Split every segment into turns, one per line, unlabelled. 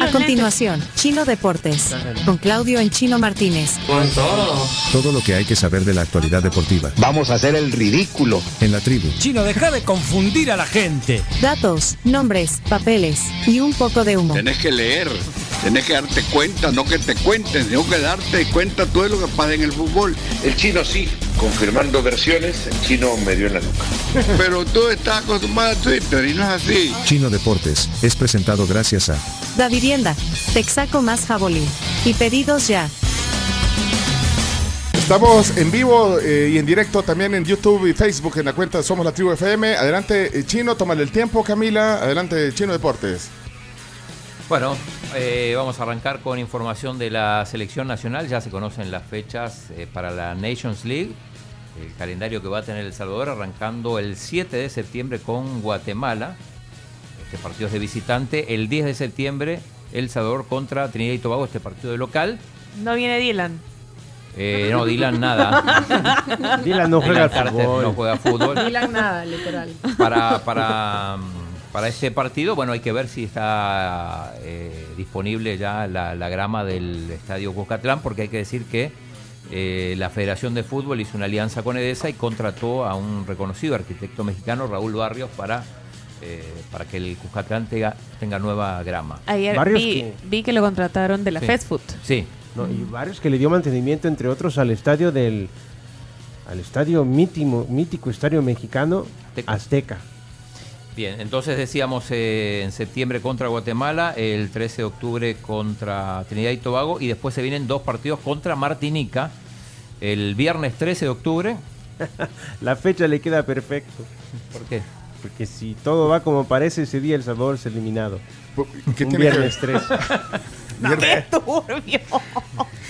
A continuación, Chino Deportes, con Claudio en Chino Martínez.
Con todo.
Todo lo que hay que saber de la actualidad deportiva.
Vamos a hacer el ridículo.
En la tribu.
Chino, deja de confundir a la gente.
Datos, nombres, papeles y un poco de humo.
Tenés que leer, tenés que darte cuenta, no que te cuenten, sino que darte cuenta todo lo que pasa en el fútbol.
El chino sí, confirmando versiones, el chino me dio en la nuca.
Pero tú estás acostumbrado a Twitter y no es así.
Chino Deportes es presentado gracias a
Da Vivienda, Texaco más Jabolí. Y pedidos ya.
Estamos en vivo eh, y en directo también en YouTube y Facebook en la cuenta de Somos la Tribu FM. Adelante, eh, Chino, tómale el tiempo, Camila. Adelante, Chino Deportes.
Bueno, eh, vamos a arrancar con información de la selección nacional. Ya se conocen las fechas eh, para la Nations League. El calendario que va a tener El Salvador arrancando el 7 de septiembre con Guatemala. Este partido es de visitante. El 10 de septiembre El Salvador contra Trinidad y Tobago, este partido de local.
No viene Dylan.
Eh, no, Dylan nada.
Dylan no juega al
Carter
fútbol.
no juega fútbol.
Dylan nada, literal.
para, para, mm, para este partido, bueno, hay que ver si está eh, disponible ya la, la grama del Estadio Cuscatlán, porque hay que decir que eh, la Federación de Fútbol hizo una alianza con EDESA y contrató a un reconocido arquitecto mexicano, Raúl Barrios, para, eh, para que el Cuscatlán tenga, tenga nueva grama.
Ayer
Barrios
vi,
que-
vi que lo contrataron de la
Sí.
Fast Food.
Sí,
No, y varios que le dio mantenimiento, entre otros, al estadio del. al estadio mítimo, mítico estadio mexicano
Azteca.
Azteca.
Bien, entonces decíamos eh, en septiembre contra Guatemala, el 13 de octubre contra Trinidad y Tobago y después se vienen dos partidos contra Martinica el viernes 13 de octubre.
La fecha le queda perfecto.
¿Por qué?
Porque si todo va como parece, ese día El Salvador es eliminado.
¿Qué
un
tiene que
viernes
ver?
3.
¡Qué turbio!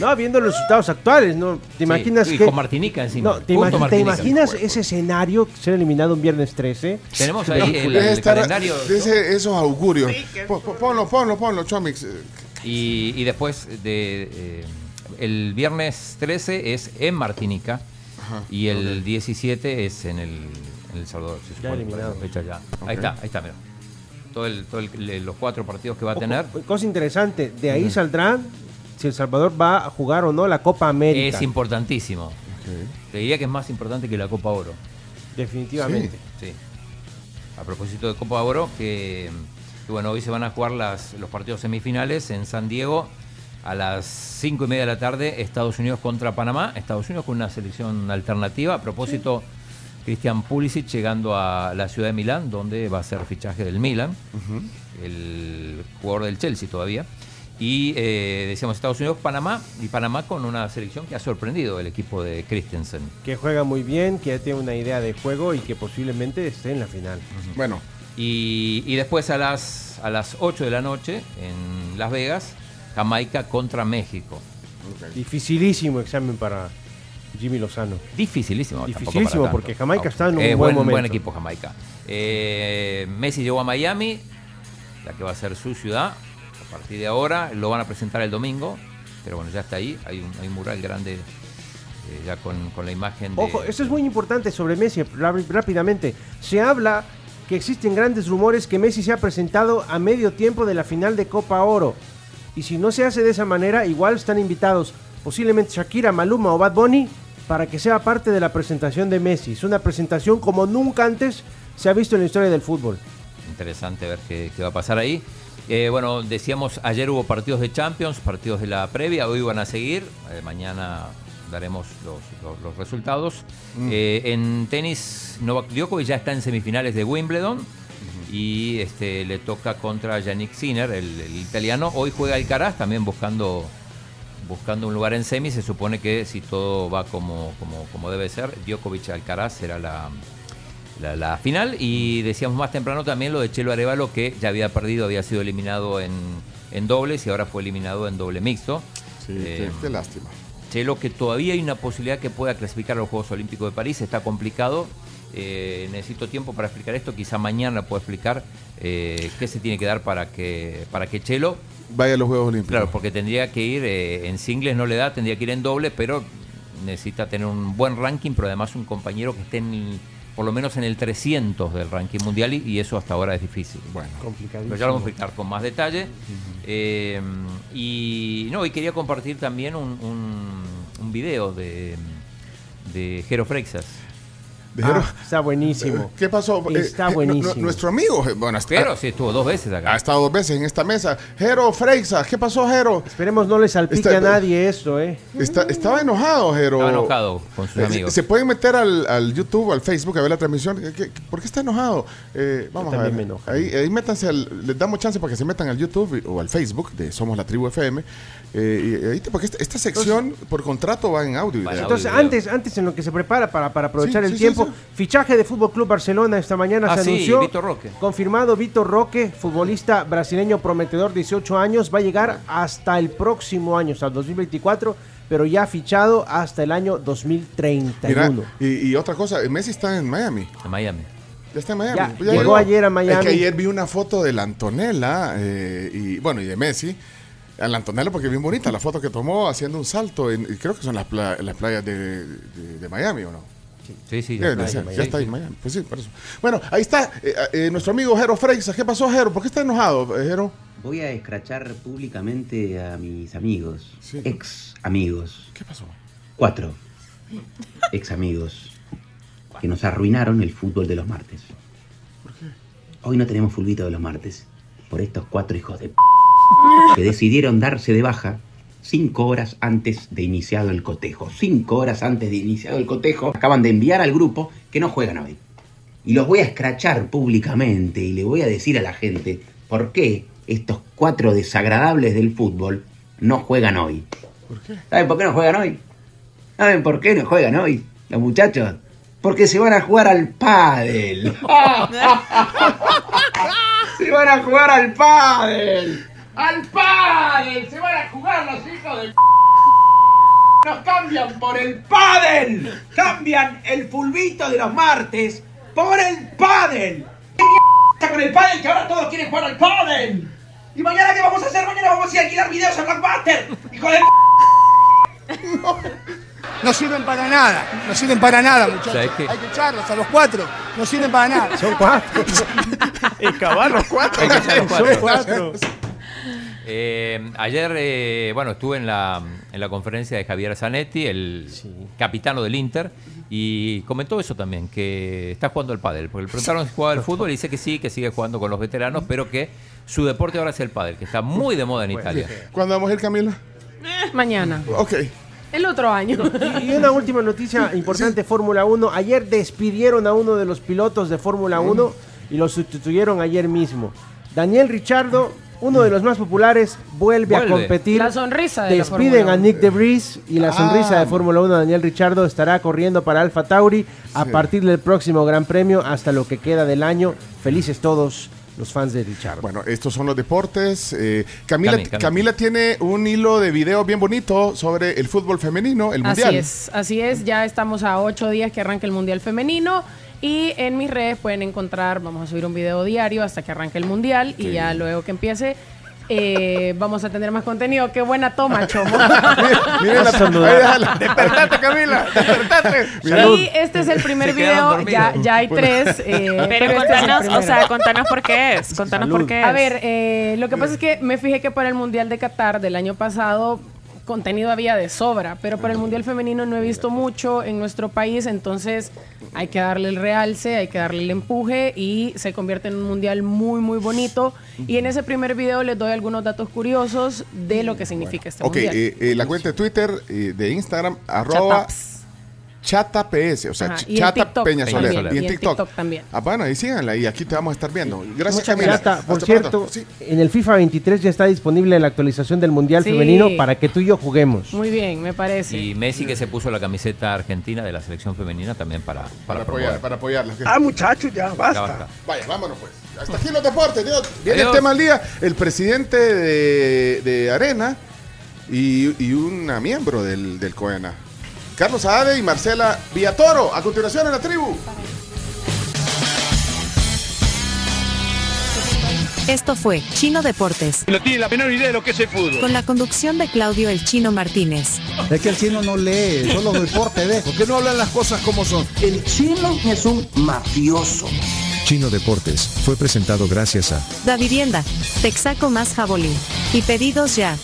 No, viendo los resultados actuales, ¿no? ¿Te imaginas
y
que.?
con Martinica encima,
No, ¿te, imagi-
punto
te
Martinica.
imaginas ese escenario, ser eliminado un viernes 13?
Tenemos ahí el,
Debe
el
estar-
calendario
de ese- esos augurios. Po- po- ponlo, ponlo, ponlo, Chomix. Eh,
y, y después de eh, el viernes 13 es en Martinica y el 17 es en el, en El Salvador. se supone, para esa
eliminado.
fecha ya. Ahí está, ahí está, mira. Todo el, todo el- los cuatro partidos que va a tener.
Ojo, cosa interesante, de ahí saldrá si El Salvador va a jugar o no la Copa América.
Es importantísimo. Te diría que es más importante que la Copa Oro.
definitivamente.
Sí. A propósito de Copa Oro, que, que bueno, hoy se van a jugar las, los partidos semifinales en San Diego a las 5 y media de la tarde, Estados Unidos contra Panamá. Estados Unidos con una selección alternativa. A propósito, Christian Pulisic llegando a la ciudad de Milán, donde va a ser fichaje del Milan, el jugador del Chelsea todavía. Y eh, decíamos Estados Unidos, Panamá, y Panamá con una selección que ha sorprendido el equipo de Christensen.
Que juega muy bien, que ya tiene una idea de juego y que posiblemente esté en la final.
Bueno,
Y, y después a las, a las 8 de la noche en Las Vegas, Jamaica contra México.
Dificilísimo examen para Jimmy Lozano.
Dificilísimo. tampoco
Dificilísimo,
para tanto.
porque Jamaica está en un
Es
buen
buen
momento.
equipo Jamaica. Eh, Messi llegó a Miami, la que va a ser su ciudad. A partir de ahora lo van a presentar el domingo, pero bueno, ya está ahí. Hay un, hay un mural grande eh, ya con, con la imagen de...
Ojo, esto es muy importante sobre Messi, rá- rápidamente. Se habla que existen grandes rumores que Messi se ha presentado a medio tiempo de la final de Copa Oro. Y si no se hace de esa manera, igual están invitados posiblemente Shakira, Maluma o Bad Bunny para que sea parte de la presentación de Messi. Es una presentación como nunca antes se ha visto en la historia del fútbol.
Interesante ver qué, qué va a pasar ahí. Eh, bueno, decíamos, ayer hubo partidos de Champions, partidos de la previa, hoy van a seguir, eh, mañana daremos los, los- los resultados. Eh, en tenis, Novak Djokovic ya está en semifinales de Wimbledon y este, le toca contra Yannick Sinner, el, el italiano. Hoy juega Alcaraz, también buscando, buscando un lugar en semi. Se supone que si todo va como, como, como debe ser, Djokovic-Alcaraz será la, la, la final y decíamos más temprano también lo de Chelo Arevalo que ya había perdido, había sido eliminado en, en dobles y ahora fue eliminado en doble mixto.
sí,
Eh,
qué, qué lástima.
Chelo que todavía hay una posibilidad que pueda clasificar a los Juegos Olímpicos de París, está complicado. Eh, necesito tiempo para explicar esto, quizá mañana pueda explicar eh, qué se tiene que dar para que, para que Chelo,
Vaya a los Juegos Olímpicos.
claro, porque tendría que ir eh, en singles, no le da, tendría que ir en doble, pero necesita tener un buen ranking, pero además un compañero que esté en, por lo menos en el 300 del ranking mundial y, y eso hasta ahora es difícil. Bueno,
Complicadísimo.
pero ya lo vamos a explicar con más detalle. Eh, y no, y quería compartir también un, un- un video de, de Jero Freixas.
Dijeron,
Ah, está buenísimo.
¿Qué pasó? Eh,
Está
eh, nu- nu-
buenísimo.
nuestro amigo, eh, bueno, hasta-
Jero sí estuvo dos veces
ha,
acá.
ha estado dos veces en esta mesa. Jero Freixa, ¿qué pasó, Jero?
Esperemos no le salpique
Está-
a nadie esto, ¿eh?
Está- estaba enojado, Jero.
Estaba enojado con sus
Eh,
amigos.
¿Se pueden meter al, al YouTube, al Facebook a ver la transmisión? ¿Qué- qué- ¿Por qué está enojado? Eh, vamos a
también
ver.
me enojo.
Ahí, ahí métanse, al- les damos chance para que se metan al YouTube y- o al Facebook de Somos la Tribu FM. Eh, y ahí te- porque esta, esta sección por contrato va en audio. y
Va en
video.
audio.
Entonces,
video.
antes, antes en lo que se prepara para, para aprovechar
Sí,
el
sí, sí,
tiempo,
sí.
fichaje de Fútbol Club Barcelona esta mañana
Ah,
se
sí,
anunció.
Vitor Roque.
Confirmado Vitor Roque, futbolista brasileño prometedor, 18 años, va a llegar hasta el próximo año, hasta el 2024, pero ya fichado hasta el año
Mira,
2031.
y, y otra cosa, eh, Messi está en Miami.
En Miami.
Ya está en Miami.
Ya, llegó ayer a Miami.
Es que ayer vi una foto de la Antonella eh, y bueno, y de Messi. A la Antonella porque es bien bonita la foto que tomó haciendo un salto en, y creo que son las, pla- las playas de, de- de Miami o no.
Sí, sí.
Deben de
está en
ser,
Miami.
ya está en Miami. Pues sí, por eso. Bueno, ahí está eh, eh, nuestro amigo Jero Freixas. ¿Qué pasó, Jero? ¿Por qué está enojado, eh, Jero?
Voy a escrachar públicamente a mis amigos,
Sí.
ex amigos,
¿Qué pasó?
cuatro ex amigos, que nos arruinaron el fútbol de los martes. Hoy no tenemos fulbito de los martes, por estos cuatro hijos de p que decidieron darse de baja cinco horas antes de iniciado el cotejo. Cinco horas antes de iniciado el cotejo, acaban de enviar al grupo que no juegan hoy. Y los voy a escrachar públicamente y le voy a decir a la gente por qué estos cuatro desagradables del fútbol no juegan hoy.
¿Por qué?
¿Saben por qué no juegan hoy? ¿Saben por qué no juegan hoy los muchachos? Porque se van a jugar al pádel. se van a jugar al pádel. ¡Al pádel! ¡Se van a jugar los hijos de p***! ¡Nos cambian por el pádel! ¡Cambian el fulbito de los martes por el pádel! ¿Qué mierda con el pádel que ahora todos quieren jugar al pádel? ¿Y mañana qué vamos a hacer? Mañana vamos a ir a alquilar videos a Blackbuster. ¡Hijo de p***!
No sirven para nada, no sirven para nada, muchachos.
¿Sabes qué?
Hay que echarlos a los cuatro, no sirven para nada.
Son cuatro.
Hay que echar los cuatro.
Son cuatro.
Eh, ayer, eh, bueno, estuve en la, en la conferencia de Javier Zanetti, el capitano del Inter, y comentó eso también, que está jugando al pádel. Porque le preguntaron si jugaba al fútbol y dice que sí, que sigue jugando con los veteranos, pero que su deporte ahora es el pádel, que está muy de moda en Italia.
¿Cuándo vamos a ir, Camila?
Mañana.
Ok.
El otro año.
Y una última noticia importante, Fórmula 1. Ayer despidieron a uno de los pilotos de Fórmula 1 y lo sustituyeron ayer mismo. Daniel Richardo, uno de los más populares, vuelve, a
Vuelve.
competir.
La sonrisa de la
Despiden
Fórmula 1.
a Nick DeVries y
Ah.
la sonrisa de Fórmula 1 Daniel Richardo estará corriendo para Alfa Tauri a partir del próximo Gran Premio hasta lo que queda del año. Felices todos los fans de Richardo.
Bueno, estos son los deportes. Eh, Camila,
Cami, Cami.
Camila tiene un hilo de video bien bonito sobre el fútbol femenino, el mundial.
Así es, así es. Ya estamos a ocho días que arranca el Mundial Femenino. Y en mis redes pueden encontrar, vamos a subir un video diario hasta que arranque el Mundial. Y ya luego que empiece, eh, vamos a tener más contenido. Qué buena toma, Chomo.
Miren la- ahí déjala.
Despertate, Camila, despertate.
y este es el primer
Se quedaron
video. Ya,
dormidos.
ya hay tres. eh,
Pero
este es el
contanos, o
primero.
sea, contanos por qué es. Contanos por qué es.
A ver, eh, lo que pasa es que me fijé que para el Mundial de Qatar del año pasado contenido había de sobra, pero para el Mundial Femenino no he visto mucho en nuestro país, entonces hay que darle el realce, hay que darle el empuje y se convierte en un Mundial muy, muy bonito. Y en ese primer video les doy algunos datos curiosos de lo que significa este
Ok,
Mundial.
eh, eh, la cuenta de Twitter, eh, de Instagram, arroba
Chataps.
chata PS, o sea,
Ajá,
ch-
y en
chata
TikTok
Peña Soler.
también,
Y en
y en
TikTok.
TikTok también.
Ah, bueno, ahí síganla y aquí te vamos a estar viendo. Gracias,
Muchas
Camila.
gracias. Por
Hasta
cierto,
pronto. Sí.
en el FIFA 23 ya está disponible la actualización del Mundial
Sí.
Femenino para que tú y yo juguemos.
Muy bien, me parece.
Y Messi que se puso la camiseta argentina de la selección femenina también para, para,
Para apoyar,
promover.
para apoyarla. ok.
Ah, muchachos, ya,
Ya
basta.
basta.
Vaya, vámonos pues. Hasta aquí los deportes. Dios. Viene
Adiós.
el tema al día. El presidente de, de Arena y, y una miembro del, del Coena. Carlos Saade y Marcela Villatoro. A continuación en la tribu.
Esto fue Chino Deportes,
No tiene la menor idea de lo que es el fútbol.
con la conducción de Claudio El Chino Martínez.
Es que el chino no lee, solo deporte ve. ¿Por qué no hablan las cosas como son? El chino es un mafioso.
Chino Deportes fue presentado gracias a
Da Vivienda, Texaco más Jabolí. Y pedidos ya.